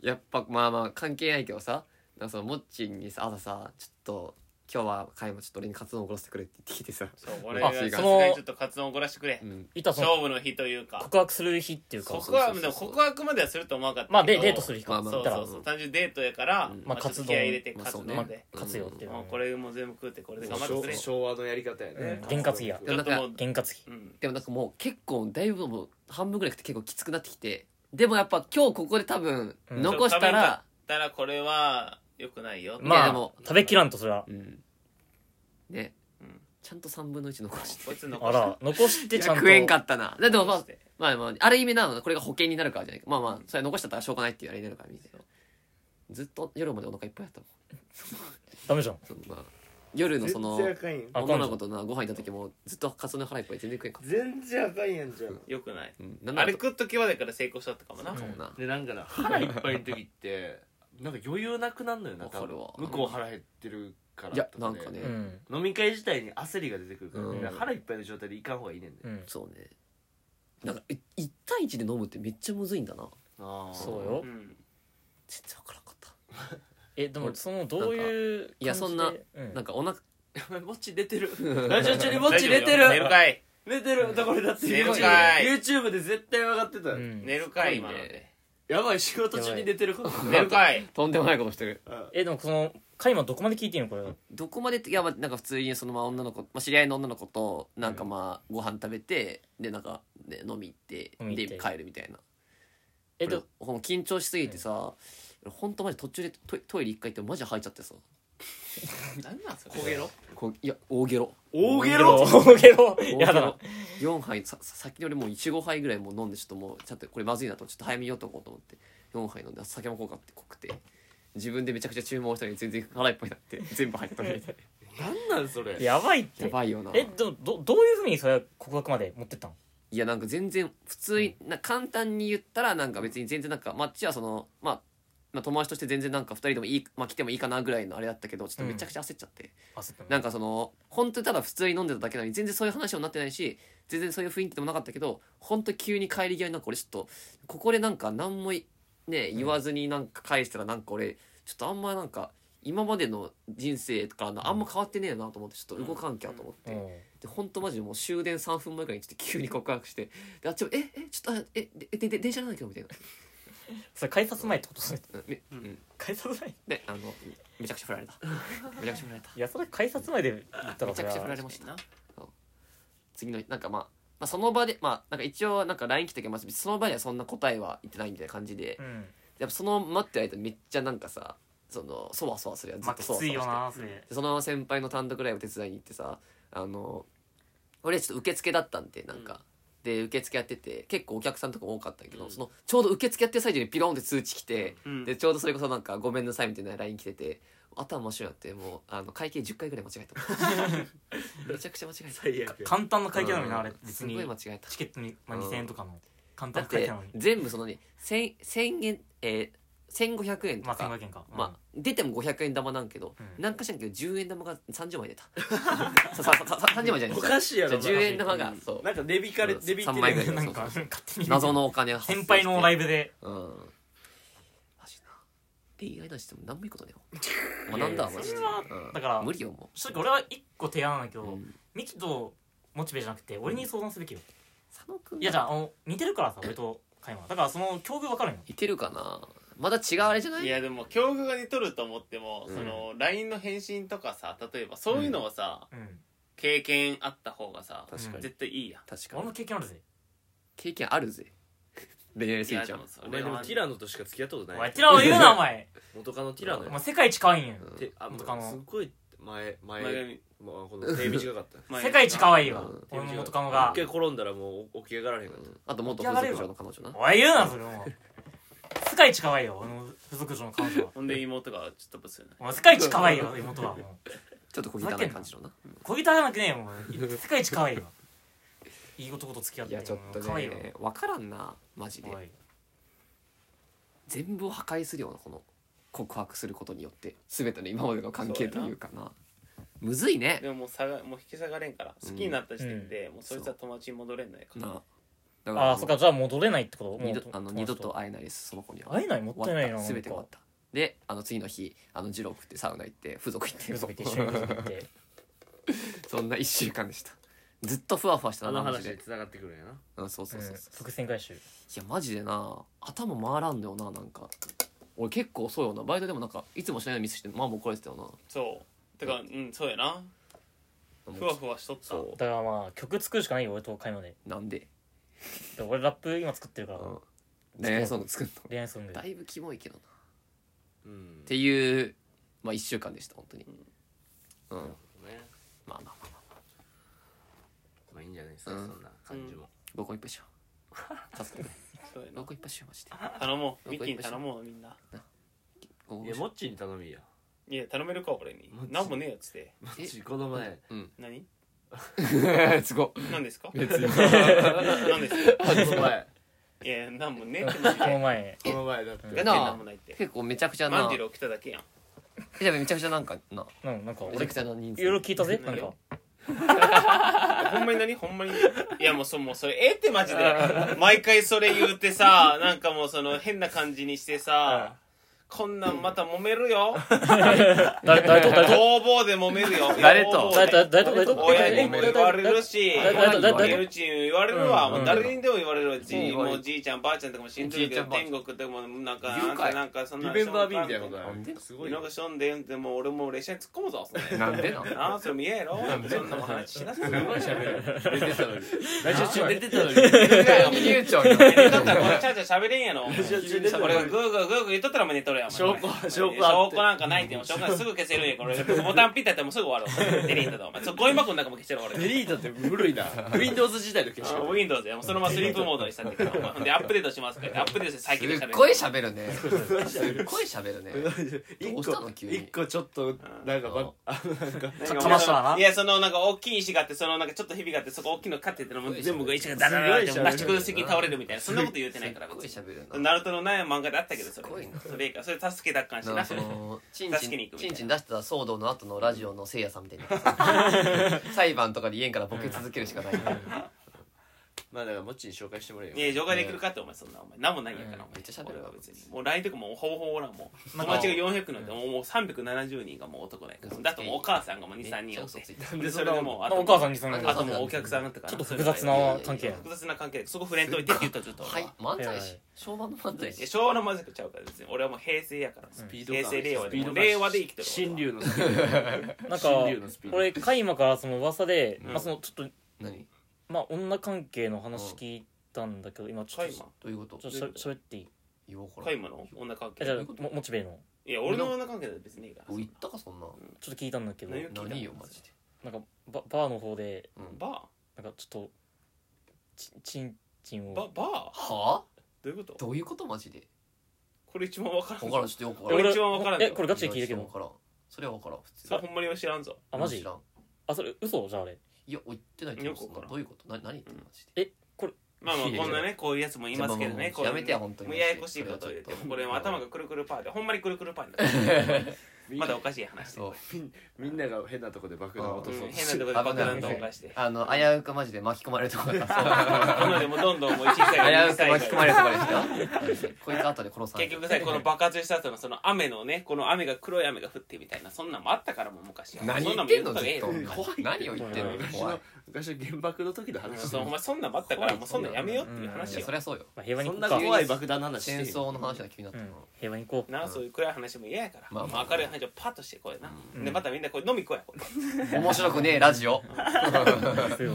[SPEAKER 2] やっぱまあまあ関係ないけどさなんかそのもっちにさ朝さちょっと今日は会もちょっと俺にカツ丼おごらせてくれって言ってきてさ、
[SPEAKER 4] そう俺が
[SPEAKER 2] あ
[SPEAKER 4] さすが
[SPEAKER 2] そ
[SPEAKER 4] に
[SPEAKER 3] の
[SPEAKER 4] ちょっとカツ丼おごらしてくれ
[SPEAKER 2] うん、
[SPEAKER 3] いたそ
[SPEAKER 4] 勝負
[SPEAKER 3] の
[SPEAKER 4] の日というか
[SPEAKER 3] 告白する日っていうか
[SPEAKER 4] 告
[SPEAKER 2] そうそうそうそ
[SPEAKER 4] 白
[SPEAKER 2] う
[SPEAKER 4] でも告白まではすると思わなかった
[SPEAKER 3] まあデデートする日
[SPEAKER 2] ま
[SPEAKER 3] か
[SPEAKER 2] あま
[SPEAKER 4] そ
[SPEAKER 2] あ
[SPEAKER 4] う
[SPEAKER 3] 言った
[SPEAKER 4] そ
[SPEAKER 3] ら
[SPEAKER 4] うそう単純にデートやから
[SPEAKER 2] うん
[SPEAKER 3] まあ
[SPEAKER 4] ちょっと
[SPEAKER 3] カツ丼
[SPEAKER 4] 気合い入れて
[SPEAKER 2] まあ
[SPEAKER 4] カ
[SPEAKER 2] そう
[SPEAKER 4] ツ
[SPEAKER 2] ね
[SPEAKER 4] 丼で
[SPEAKER 3] 勝つよっていう
[SPEAKER 4] もうこれもう全部食うてこれで頑張ってくれちょ
[SPEAKER 1] 昭和のやり方やね
[SPEAKER 3] うん験担ぎや
[SPEAKER 4] っともう
[SPEAKER 3] 験担ぎ
[SPEAKER 4] うん
[SPEAKER 2] でもなんかもう結構だいぶもう半分ぐらい食って結構きつくなってきてでもやっぱ今日ここで多分
[SPEAKER 3] うん
[SPEAKER 2] 残したら、
[SPEAKER 4] だからこれはよくないよ
[SPEAKER 2] いや
[SPEAKER 3] ま
[SPEAKER 2] で
[SPEAKER 3] あ
[SPEAKER 2] も
[SPEAKER 3] 食べきらんとそれは
[SPEAKER 2] うん、ね、
[SPEAKER 4] うん
[SPEAKER 2] ちゃんと3分の1残して
[SPEAKER 4] こいつ残
[SPEAKER 3] あ
[SPEAKER 4] して
[SPEAKER 3] ら残して
[SPEAKER 2] いや
[SPEAKER 3] ちゃんと
[SPEAKER 2] 食えんかったなででもま
[SPEAKER 4] 残
[SPEAKER 2] あ
[SPEAKER 4] して
[SPEAKER 2] まあまあ、ある意味なの、これが保険になるからじゃないか。まあまあ、それ残しちゃったらしょうがないっていうあれになるから、みたいな。ずっと夜までお腹いっぱいだったもん。
[SPEAKER 3] ダメじゃん
[SPEAKER 2] そのまあ、夜のその、
[SPEAKER 1] 全然あかんやん
[SPEAKER 2] 女
[SPEAKER 3] あ
[SPEAKER 2] の子とな、ご飯行った時も、ずっとカツオの腹いっぱい全然食えんかっ
[SPEAKER 1] 全然あかんやんじゃん
[SPEAKER 4] よくない
[SPEAKER 2] た。うん、なんな
[SPEAKER 4] あ
[SPEAKER 2] ら
[SPEAKER 4] れ食っとけばだから成功したったかもな
[SPEAKER 2] そうかもな。
[SPEAKER 1] でなんかな腹いっぱいの時ってなんか余裕なくなんのよな多分
[SPEAKER 2] わかるわ
[SPEAKER 1] 向こう腹減ってるから
[SPEAKER 2] いや
[SPEAKER 1] とで
[SPEAKER 2] なんかね
[SPEAKER 3] うん
[SPEAKER 1] 飲み会自体に焦りが出てくるから,、
[SPEAKER 2] うん
[SPEAKER 1] 腹いっぱいの状態でいかん方がいいねんね、
[SPEAKER 3] うん
[SPEAKER 2] そうね。なんか、い1対1で飲むってめっちゃむずいんだな。
[SPEAKER 1] あー
[SPEAKER 3] そうよ
[SPEAKER 4] うん
[SPEAKER 2] 全然わからんかった。
[SPEAKER 3] えでもそのどういう感じで
[SPEAKER 2] いやそんな
[SPEAKER 3] うん
[SPEAKER 2] なんか、お腹、
[SPEAKER 1] やばいもっち出てるラジオ中にもっち
[SPEAKER 4] 大
[SPEAKER 1] 出
[SPEAKER 4] 丈
[SPEAKER 1] て
[SPEAKER 4] 夫寝る
[SPEAKER 1] る
[SPEAKER 4] かい
[SPEAKER 1] 出てるだからだって
[SPEAKER 4] 寝るかい
[SPEAKER 1] YouTube で絶対上がってたよ、
[SPEAKER 3] うん
[SPEAKER 4] 寝るかい
[SPEAKER 2] すご
[SPEAKER 4] 今
[SPEAKER 2] いね
[SPEAKER 4] ので
[SPEAKER 1] やばい仕事中に出てること
[SPEAKER 4] 寝るかい
[SPEAKER 2] とんでもないことしてる。
[SPEAKER 3] えでもこの会話どこまで聞いていいのこれ
[SPEAKER 2] どこまでっていやまあなんか普通にそのまあ女の子、まあ、知り合いの女の子となんかまあご飯食べてでなんか、ね、飲み行って
[SPEAKER 3] 飲み行って
[SPEAKER 2] で帰るみたいな
[SPEAKER 3] え
[SPEAKER 2] 俺
[SPEAKER 3] で
[SPEAKER 2] ほんま緊張しすぎてさ、俺ほんとマジ途中でトイトイレ一回行ってマジ吐いちゃってさ
[SPEAKER 4] 何なんそれ焦げろ
[SPEAKER 2] こういや大ゲロ
[SPEAKER 1] 大ゲロ
[SPEAKER 3] 大ゲロ
[SPEAKER 2] 大
[SPEAKER 3] やだな
[SPEAKER 2] 4杯ささ先に俺もう45杯ぐらいもう飲んでちょっともうちょっとこれまずいなとちょっと早めに酔っとこうと思って4杯飲んで酒も効果って濃くて自分でめちゃくちゃ注文したのに全然腹いっぱいになって全部入ったみたい
[SPEAKER 1] なんなんそれ
[SPEAKER 3] やばいっ
[SPEAKER 2] なや
[SPEAKER 3] て
[SPEAKER 2] ばいよな
[SPEAKER 3] えどどどういうふうにそれは告白まで持ってったの
[SPEAKER 2] いやなんか全然普通にな簡単に言ったらなんか別に全然なんかマッチはそのまあまあ友達として全然なんか2人でもいい、まあ、来てもいいかなぐらいのあれだったけどちょっとめちゃくちゃ焦っちゃって、
[SPEAKER 3] 焦ったの
[SPEAKER 2] なんかその本当にただ普通に飲んでただけなのに全然そういう話もなってないし全然そういう雰囲気でもなかったけど本当急に帰り際になんか俺ちょっとここでなんか何もいね言わずになんか返したらなんか俺ちょっとあんまなんか今までの人生からのあんま変わってねえなと思ってちょっと動かんきゃと思って、
[SPEAKER 3] うん
[SPEAKER 2] で本当マジでもう終電3分前ぐらいにちょっと急に告白してであっちも「ええちょっとあえででで電車なんだけど」みたいな、
[SPEAKER 3] それ改札前ってことそれ
[SPEAKER 2] うんめうん
[SPEAKER 3] 改札前
[SPEAKER 2] であのめちゃくちゃ振られためちゃくちゃ振られ た
[SPEAKER 3] いやそれ改札前で言ったら
[SPEAKER 2] めちゃくちゃ
[SPEAKER 3] そ
[SPEAKER 2] 振
[SPEAKER 3] れ
[SPEAKER 2] ら
[SPEAKER 3] は
[SPEAKER 2] れましたな次の日なんかまあまあその場でまあなんか一応なんか LINE 来たけど、まあ、その場ではそんな答えは言ってないみたいな感じで、
[SPEAKER 3] うん
[SPEAKER 2] やっぱその待ってる間めっちゃなんかさそのそわそわするやんず
[SPEAKER 3] ま
[SPEAKER 2] っと
[SPEAKER 3] あき
[SPEAKER 2] そわそ
[SPEAKER 3] つ
[SPEAKER 2] わ
[SPEAKER 3] い
[SPEAKER 2] して
[SPEAKER 3] よなそれ
[SPEAKER 2] でそのまま先輩の単独ライブ手伝いに行ってさあの俺ちょっと受付だったんでなんか、で受付やってて結構お客さんとかも多かったけど、
[SPEAKER 1] うん
[SPEAKER 2] そのちょうど受付やってる最中にピローンって通知来て、
[SPEAKER 4] うん
[SPEAKER 2] でちょうどそれこそなんか「ごめんなさい」みたいな LINE 来てて頭真っ白になってもうあの会計10回ぐらい間違えためちゃくちゃ間違えた
[SPEAKER 1] 最悪
[SPEAKER 3] 簡単な会計なのになあれ
[SPEAKER 2] うん
[SPEAKER 3] 別
[SPEAKER 2] すごい間
[SPEAKER 3] に
[SPEAKER 2] 違えた
[SPEAKER 3] チケットにまあ
[SPEAKER 2] うん
[SPEAKER 3] 2000円とかの簡
[SPEAKER 2] だ
[SPEAKER 3] 単
[SPEAKER 2] っ
[SPEAKER 3] な会計
[SPEAKER 2] て
[SPEAKER 3] なのに
[SPEAKER 2] 全部そのね千千円えー1500円と
[SPEAKER 3] まあ
[SPEAKER 2] か、
[SPEAKER 3] 1500円か、うん
[SPEAKER 2] まあ、出ても500円玉なんけど、
[SPEAKER 3] うん
[SPEAKER 2] なんかしらんけど10円玉が30枚出た ささささ30枚じゃない
[SPEAKER 1] おかしいや
[SPEAKER 2] じ
[SPEAKER 1] ろ
[SPEAKER 2] ゃ10円玉が、
[SPEAKER 1] うん
[SPEAKER 2] そう
[SPEAKER 1] なんか値引かれ
[SPEAKER 2] うん
[SPEAKER 1] 値引き
[SPEAKER 2] 三枚ぐらい
[SPEAKER 3] なんか
[SPEAKER 2] そう
[SPEAKER 3] 勝手に
[SPEAKER 2] 謎のお金が発生
[SPEAKER 3] 先
[SPEAKER 2] して
[SPEAKER 3] 輩のライブで
[SPEAKER 2] うんマジな恋愛なんしても何もいいことねえよ学んだわマジで
[SPEAKER 3] それは
[SPEAKER 2] うん
[SPEAKER 3] だから
[SPEAKER 2] 無理よも
[SPEAKER 3] 正直俺は一個提案なんだけ
[SPEAKER 2] う、
[SPEAKER 3] ど、
[SPEAKER 2] うん
[SPEAKER 3] ミキとモチベじゃなくて俺に相談すべきよ、
[SPEAKER 2] 佐野君
[SPEAKER 3] いやじゃああの似てるからさ俺とカイマだからその境遇わかるんよ
[SPEAKER 2] いてるかなまだ違うあれじゃない
[SPEAKER 4] いやでも境遇が似とると思っても、
[SPEAKER 2] うん
[SPEAKER 4] その LINE の返信とかさ例えばそういうのはさ、
[SPEAKER 3] うん
[SPEAKER 4] 経験あった方がさ
[SPEAKER 2] 確かに
[SPEAKER 4] 絶対いいやん
[SPEAKER 2] 確か
[SPEAKER 3] 俺
[SPEAKER 2] に
[SPEAKER 3] も経験あるぜ
[SPEAKER 2] 経験あるぜ 恋愛すぎ
[SPEAKER 4] い
[SPEAKER 2] ちゃ
[SPEAKER 4] や
[SPEAKER 2] ん
[SPEAKER 4] でもそ
[SPEAKER 1] お
[SPEAKER 4] れ
[SPEAKER 1] 前でも
[SPEAKER 4] は
[SPEAKER 1] ティラノとしか付き合ったこと
[SPEAKER 3] お
[SPEAKER 1] ない
[SPEAKER 3] いティラを言うなお前
[SPEAKER 1] 元カノティラノ
[SPEAKER 3] お
[SPEAKER 1] よ
[SPEAKER 3] 前世界一可愛いんや
[SPEAKER 2] うん
[SPEAKER 1] てあもう
[SPEAKER 3] 元カノ
[SPEAKER 1] すっごい前前
[SPEAKER 4] 前髪
[SPEAKER 1] まあこの手短か った
[SPEAKER 4] 前
[SPEAKER 3] 世界一可愛いわ、
[SPEAKER 2] うん
[SPEAKER 3] 俺の元カノが
[SPEAKER 1] 一回転んだらもう起き上がらへんかっ
[SPEAKER 2] あと元風俗嬢の彼女な
[SPEAKER 3] おい言うなそれもう世界一可愛いよ俺の付属女の彼女は
[SPEAKER 4] ほんで妹がちょっとブスよね
[SPEAKER 3] お前世界一可愛いよ妹はもう
[SPEAKER 2] ちょっと小汚い感じのな
[SPEAKER 3] 小汚なくねえよもう世界一可愛いわいい男と付き合っ
[SPEAKER 2] い
[SPEAKER 3] て
[SPEAKER 2] やちょっと
[SPEAKER 3] 可愛いわ
[SPEAKER 2] ね分からんなマジで
[SPEAKER 3] おい
[SPEAKER 2] 全部を破壊するようなこの告白することによって全ての今までの関係というかなむずいね
[SPEAKER 4] でももう下がもう引き下がれんから好きになった時点で、もうそいつ
[SPEAKER 2] そ
[SPEAKER 4] は友達に戻れないから
[SPEAKER 2] なだ
[SPEAKER 3] ああそっかじゃあ戻れないってことも
[SPEAKER 2] 二
[SPEAKER 3] う
[SPEAKER 2] 度あの二度
[SPEAKER 3] 友
[SPEAKER 2] と会えないですその子に
[SPEAKER 3] 達
[SPEAKER 2] は
[SPEAKER 3] と会えないもったいない
[SPEAKER 2] 終
[SPEAKER 3] な
[SPEAKER 2] わった全て終わったであの次の日あのジロー食ってサウナ行って風俗行って
[SPEAKER 3] 風 俗行って一緒に行って
[SPEAKER 2] そんな1週間でしたずっとふわふわした
[SPEAKER 1] たあの
[SPEAKER 2] なマ
[SPEAKER 1] 話
[SPEAKER 2] ジ
[SPEAKER 1] で
[SPEAKER 2] で
[SPEAKER 1] 繋がってくるんやな
[SPEAKER 2] うんそうそうそうそう
[SPEAKER 3] 伏線回収
[SPEAKER 2] いやマジでな頭回らんのよななんか俺結構そうよなバイトでもなんかいつもしないのミスしてまあもう怒られてたよな
[SPEAKER 4] そうてかうんそうやなふわふわしとった
[SPEAKER 2] そ
[SPEAKER 3] だからまあ曲作るしかないよ俺と会まで
[SPEAKER 2] うなんで
[SPEAKER 3] で俺ラップ今作ってるから
[SPEAKER 2] うん恋愛ソング作るの
[SPEAKER 3] 恋愛ソング
[SPEAKER 2] だいぶキモいけどなっ
[SPEAKER 1] うん
[SPEAKER 2] ていうまあ1週間でした本当にうん
[SPEAKER 1] ね
[SPEAKER 2] まあまあまあ
[SPEAKER 1] まあいいんじゃないですかそ
[SPEAKER 2] うん
[SPEAKER 1] んな感じも
[SPEAKER 2] 合コンいっぱいしよう助けてくれ
[SPEAKER 4] そうやな
[SPEAKER 2] 合コンいっぱいしようマジで
[SPEAKER 4] 頼もうミッキーに頼もうみんな
[SPEAKER 2] 合コ
[SPEAKER 1] い
[SPEAKER 2] ンしよ
[SPEAKER 1] や
[SPEAKER 2] う
[SPEAKER 1] モッチーに頼みや
[SPEAKER 4] いや頼めるか俺に何もねえやつで
[SPEAKER 1] モッチーこの前
[SPEAKER 2] うん
[SPEAKER 4] 何
[SPEAKER 2] すごい
[SPEAKER 4] 何ですか
[SPEAKER 2] 別 に
[SPEAKER 4] 何ですか
[SPEAKER 1] この前
[SPEAKER 4] いや何もねえってマジ
[SPEAKER 3] この
[SPEAKER 4] で
[SPEAKER 3] 前
[SPEAKER 1] この前だって
[SPEAKER 4] ガチで何もないって
[SPEAKER 2] 結構めちゃくちゃ
[SPEAKER 4] 万
[SPEAKER 2] な
[SPEAKER 4] 次郎来ただけやん
[SPEAKER 2] いやめちゃくちゃなんかな
[SPEAKER 3] うんなんか
[SPEAKER 2] めち
[SPEAKER 3] 俺
[SPEAKER 2] ゃ
[SPEAKER 3] い
[SPEAKER 2] くちゃな人数
[SPEAKER 3] ろいろ聞いたぜな んか
[SPEAKER 4] ほんまに何ほんまにいやもうそもうそれええってマジで毎回それ言うてさなんかもうその変な感じにしてさこんなんまた揉めるよ
[SPEAKER 3] 誰誰と誰と
[SPEAKER 4] 逃亡で揉めるよ
[SPEAKER 2] 誰と
[SPEAKER 4] 逃亡で
[SPEAKER 3] 誰と誰と誰と
[SPEAKER 4] 親にも言われるし
[SPEAKER 3] 誰誰誰誰
[SPEAKER 4] 言るち言われるわ、
[SPEAKER 3] うん
[SPEAKER 4] もう誰にでも言われるわ、
[SPEAKER 2] うん
[SPEAKER 4] じもうじいちゃんばあちゃんとかもしんどい
[SPEAKER 2] じ
[SPEAKER 4] けど
[SPEAKER 2] いちゃんばあちゃん
[SPEAKER 4] 天国でもなんか
[SPEAKER 2] 誘
[SPEAKER 4] な
[SPEAKER 2] 拐
[SPEAKER 4] んかなんかそんな
[SPEAKER 1] リベンバービーみたいなこと
[SPEAKER 4] だ
[SPEAKER 1] だよねすごい
[SPEAKER 4] 見逃しとんででも俺も列車に突っ込むぞそれ
[SPEAKER 2] なんでな
[SPEAKER 4] ああそれ見えやろそんなもん話しなさい
[SPEAKER 1] すごい喋る出てたのにラジオ中出てたのに
[SPEAKER 2] 流暢
[SPEAKER 4] 寝と
[SPEAKER 2] に
[SPEAKER 4] ったらこれちゃうちゃう喋れんやろ
[SPEAKER 1] ラジオ中出てたの
[SPEAKER 4] 俺が
[SPEAKER 1] に
[SPEAKER 4] グーグーグーグー言っとったらもう寝とるやん
[SPEAKER 1] 証拠証拠あ
[SPEAKER 4] 証
[SPEAKER 1] って
[SPEAKER 4] 拠なんかないってもう証拠なんかすぐ消せるんやこれボタンピッてやったらもうすぐ終わるわデリートだお前そうゴミ箱の中も消してるわ俺
[SPEAKER 1] デリートって無 類だ Windows 時代の景
[SPEAKER 4] あ
[SPEAKER 1] 色
[SPEAKER 4] Windows でもうそのままスリープモードにしたんだけどほんでアップデートしますからアップデートして最
[SPEAKER 2] す
[SPEAKER 4] 近でしゃ
[SPEAKER 2] っ
[SPEAKER 4] べる
[SPEAKER 2] ごい喋るねすっごい喋るね
[SPEAKER 1] 一
[SPEAKER 2] どうしたの急
[SPEAKER 1] 個
[SPEAKER 2] に
[SPEAKER 1] 一個ちょっとなんかばあのなんか
[SPEAKER 4] なんか
[SPEAKER 3] かましたらない
[SPEAKER 4] やそのなんか大きい石があってそのなんかちょっとひびがあってそこ大きいのカッてやったらもう全部が石がダダダダってなし崩しに倒れるみたいなそんなこと言うてないから
[SPEAKER 2] すっごい喋るな
[SPEAKER 4] ナルトのない漫画であったけどそれ
[SPEAKER 2] すごいな
[SPEAKER 4] それいいからそれ助け奪還し
[SPEAKER 2] なん
[SPEAKER 4] な
[SPEAKER 2] かそのチンチ
[SPEAKER 4] 助けに行
[SPEAKER 2] ン
[SPEAKER 4] くみ
[SPEAKER 2] チ
[SPEAKER 4] たいな
[SPEAKER 2] ンチン出した騒動の後のラジオのせいやさんみたい な裁判とかで言えんからボケ続けるしかないめ
[SPEAKER 1] まあだからモッチーに紹介してもらえよ
[SPEAKER 4] いや除外できるかってお前そんなお前何もないんやからお前
[SPEAKER 2] めっちゃ喋るわ
[SPEAKER 4] 俺は別にもう LINE とかもうほぼほぼらもう
[SPEAKER 3] なん
[SPEAKER 4] 友
[SPEAKER 3] か
[SPEAKER 4] 達が400なんてもうもう370人がもう男だからだともうお母さんがもう23人
[SPEAKER 2] っちゃ
[SPEAKER 4] おっ
[SPEAKER 2] 嘘
[SPEAKER 4] て
[SPEAKER 2] ついて
[SPEAKER 1] なん
[SPEAKER 4] で
[SPEAKER 1] で
[SPEAKER 4] そ
[SPEAKER 1] そ
[SPEAKER 4] れ
[SPEAKER 1] れ
[SPEAKER 4] で
[SPEAKER 1] は
[SPEAKER 4] も
[SPEAKER 1] も
[SPEAKER 4] うあ
[SPEAKER 3] まあ
[SPEAKER 4] と
[SPEAKER 3] お母さんにその
[SPEAKER 4] あともうお客さんだったから
[SPEAKER 3] ちょっと複雑な関係や
[SPEAKER 4] 複雑な関係そこ触れんといてって言ったらちょっと
[SPEAKER 2] はい漫才師昭和の漫才
[SPEAKER 4] いや
[SPEAKER 2] 師
[SPEAKER 4] 昭和のマジックちゃうから別に俺はもう平成やから
[SPEAKER 1] スピード
[SPEAKER 4] 平
[SPEAKER 1] が
[SPEAKER 4] 成令和
[SPEAKER 1] ス
[SPEAKER 4] で
[SPEAKER 1] ピー
[SPEAKER 4] も
[SPEAKER 1] ド
[SPEAKER 4] う
[SPEAKER 1] が
[SPEAKER 4] 令和で生きてる
[SPEAKER 1] 新流のスピード
[SPEAKER 3] なんか
[SPEAKER 1] 新竜のスピード
[SPEAKER 3] これカイマからその噂で、
[SPEAKER 4] うん
[SPEAKER 3] まあそのちょっと
[SPEAKER 2] 何
[SPEAKER 3] まあ女関係の話聞いたんだけど、今ちょ
[SPEAKER 4] カ
[SPEAKER 3] っ
[SPEAKER 4] イ
[SPEAKER 3] と
[SPEAKER 4] マ
[SPEAKER 2] どういうこと
[SPEAKER 3] ちょっとしゃ喋っていい
[SPEAKER 2] ようこ
[SPEAKER 4] カ
[SPEAKER 2] ら
[SPEAKER 4] イ
[SPEAKER 2] え
[SPEAKER 4] マの女関
[SPEAKER 3] えじゃあ
[SPEAKER 4] 係
[SPEAKER 3] もモチベの
[SPEAKER 4] いや俺の女関係だと別にいいから
[SPEAKER 2] 言ったかそんな
[SPEAKER 3] ちょっと聞いたんだけど
[SPEAKER 4] 何を聞いた
[SPEAKER 2] 何よマジで
[SPEAKER 3] なんかババーの方で
[SPEAKER 2] うん
[SPEAKER 4] バ
[SPEAKER 3] なんかちょっとちチンチン
[SPEAKER 4] ーバ
[SPEAKER 3] を
[SPEAKER 4] バーど
[SPEAKER 2] はあ
[SPEAKER 4] ういうこと
[SPEAKER 2] どういうことマジで
[SPEAKER 4] これ一番わから
[SPEAKER 2] 分
[SPEAKER 4] ん
[SPEAKER 2] から
[SPEAKER 4] ぞ
[SPEAKER 2] んちょっとよく
[SPEAKER 4] 俺
[SPEAKER 2] 分からん
[SPEAKER 4] 一番わからん
[SPEAKER 3] えこれガチで聞いたけ
[SPEAKER 2] 分
[SPEAKER 3] ど
[SPEAKER 2] からんそれは分からん普通
[SPEAKER 4] それほんまには知らんぞ
[SPEAKER 3] あマジ
[SPEAKER 2] 知らん
[SPEAKER 3] あそれ嘘じゃああれ
[SPEAKER 2] いや言ってないけ
[SPEAKER 4] よ
[SPEAKER 2] ど
[SPEAKER 4] く分からん
[SPEAKER 2] どういうことな何言ってんのマジで
[SPEAKER 3] えこれ
[SPEAKER 4] まあまあこんなねこういうやつもいますけどね
[SPEAKER 2] じゃあまあもう
[SPEAKER 4] こういう
[SPEAKER 2] やめてよ本当に
[SPEAKER 4] もうややこしいことを言っ
[SPEAKER 2] そ
[SPEAKER 4] て
[SPEAKER 2] れはちょっと
[SPEAKER 4] これも頭がくるくるパーでほんまにくるくるパーになってるまだおかしい話で
[SPEAKER 2] そう
[SPEAKER 1] みんなが変なとこで爆弾を落と
[SPEAKER 4] う
[SPEAKER 1] そうん
[SPEAKER 4] 変なとこで爆弾とかして
[SPEAKER 2] あの危うくマジで巻き込まれ るとこだったそう
[SPEAKER 4] なのでもうどんどんもう小さ
[SPEAKER 2] 危う
[SPEAKER 4] い小
[SPEAKER 2] く
[SPEAKER 4] さい
[SPEAKER 2] 巻き込まれるとこでしたよこいつ後で殺さない
[SPEAKER 4] 結局さこの爆発した後のその雨のねこの雨が黒い雨が降ってみたいなそんなんもあったからもう昔は
[SPEAKER 2] 何
[SPEAKER 4] そん
[SPEAKER 2] 言
[SPEAKER 4] な
[SPEAKER 2] っ
[SPEAKER 4] も
[SPEAKER 2] てんのず
[SPEAKER 4] 言
[SPEAKER 2] っ
[SPEAKER 4] うた
[SPEAKER 2] と
[SPEAKER 4] らえ
[SPEAKER 2] 何を言ってんの
[SPEAKER 1] 昔
[SPEAKER 2] 怖い
[SPEAKER 1] の昔の原爆の時の
[SPEAKER 4] えよ
[SPEAKER 1] 話
[SPEAKER 4] そうお前そんなんもあったからもうそんなんやめようっていう
[SPEAKER 2] い
[SPEAKER 4] 話
[SPEAKER 2] や
[SPEAKER 4] よ
[SPEAKER 2] そりゃそうよ
[SPEAKER 3] まあ、平和に
[SPEAKER 1] そ
[SPEAKER 3] 行
[SPEAKER 1] んな
[SPEAKER 3] こうか
[SPEAKER 1] 怖い爆弾の話して
[SPEAKER 2] 戦争の話が急になっ
[SPEAKER 3] う
[SPEAKER 2] た
[SPEAKER 3] ん
[SPEAKER 2] の、
[SPEAKER 3] 平和に行こう
[SPEAKER 4] なあそういう暗い話も嫌やから
[SPEAKER 2] まあまあ
[SPEAKER 4] もう明るい話をパッとしてこうやな
[SPEAKER 3] うん
[SPEAKER 4] でまたみんなこれ飲み行こうやこれ
[SPEAKER 2] 面白くねえラジオ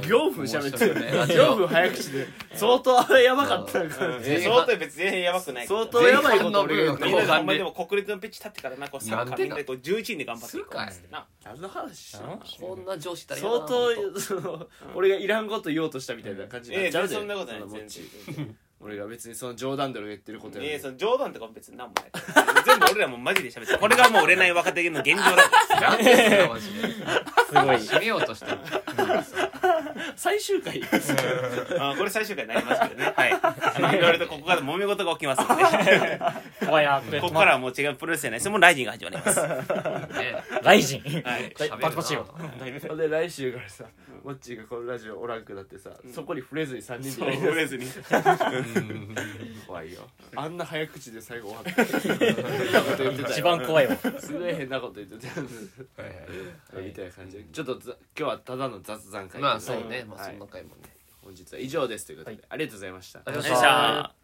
[SPEAKER 1] 業務しゃべってるね
[SPEAKER 2] 面白いね
[SPEAKER 1] 業務早口で相当あれやばかったな
[SPEAKER 4] うん
[SPEAKER 2] 前半
[SPEAKER 4] 相当別に全然やばくないから
[SPEAKER 1] 相当やばいこと俺が言っ
[SPEAKER 2] 前
[SPEAKER 1] た
[SPEAKER 2] 半
[SPEAKER 4] み
[SPEAKER 2] の部
[SPEAKER 4] んなで
[SPEAKER 2] 分
[SPEAKER 4] ほんまにでも国立のピッチ立ってからなこうサッカ
[SPEAKER 2] なん
[SPEAKER 4] ー
[SPEAKER 2] で
[SPEAKER 4] みん
[SPEAKER 2] な
[SPEAKER 4] なでこう11人で頑張ってい
[SPEAKER 2] する
[SPEAKER 4] こう
[SPEAKER 2] かい
[SPEAKER 4] っつってな
[SPEAKER 1] 何の話してんの
[SPEAKER 2] こんな上司いたら嫌だ
[SPEAKER 1] 相
[SPEAKER 2] な
[SPEAKER 1] 当
[SPEAKER 2] 本
[SPEAKER 1] その俺がいらんこと言おうとしたみたいな感じに
[SPEAKER 4] え
[SPEAKER 1] な
[SPEAKER 4] え
[SPEAKER 1] っちゃう
[SPEAKER 4] 全
[SPEAKER 1] で
[SPEAKER 4] 然そんなことない
[SPEAKER 1] そもっ
[SPEAKER 4] 全
[SPEAKER 1] ち
[SPEAKER 4] 然
[SPEAKER 1] 俺が別にその冗談で俺が言ってること
[SPEAKER 4] え
[SPEAKER 1] や
[SPEAKER 4] えその冗談とかも別に何もないから全部俺らもマジで喋ってるこれがもう売れない若手の現状だから
[SPEAKER 2] 当なんですかマジです
[SPEAKER 3] ご
[SPEAKER 2] 締
[SPEAKER 3] い
[SPEAKER 2] めようとしてる
[SPEAKER 1] 最終回
[SPEAKER 4] あこれ最終回になりますけどね。はい。あの、いろいろとここから揉め事が起きますので。
[SPEAKER 3] 怖いなこれ
[SPEAKER 4] ここからはもう違うプロレスじゃない。それもライジンが始まります。は
[SPEAKER 2] ね
[SPEAKER 3] ライジン
[SPEAKER 4] い。
[SPEAKER 2] 喋るな
[SPEAKER 3] バチバチよ
[SPEAKER 1] ほんで来週からさもっちがこのラジオおらんくなってさそこに触れずに3人
[SPEAKER 4] そう、
[SPEAKER 1] でやりだ
[SPEAKER 4] ブ
[SPEAKER 1] す
[SPEAKER 4] レずに。
[SPEAKER 1] 怖いよあんな早口で最後終わった変なこと言ってたよ
[SPEAKER 3] 一番怖いわ
[SPEAKER 1] すごい変なこと言ってたよみたいな感じでちょっとざ今日はただの雑談会
[SPEAKER 2] まあそうね、ま
[SPEAKER 1] は
[SPEAKER 2] あそ
[SPEAKER 1] い
[SPEAKER 2] んな回もね
[SPEAKER 1] 本日は以上ですということでありがとうございました
[SPEAKER 2] ありがとうございま
[SPEAKER 4] よ
[SPEAKER 2] し
[SPEAKER 4] いしたょ。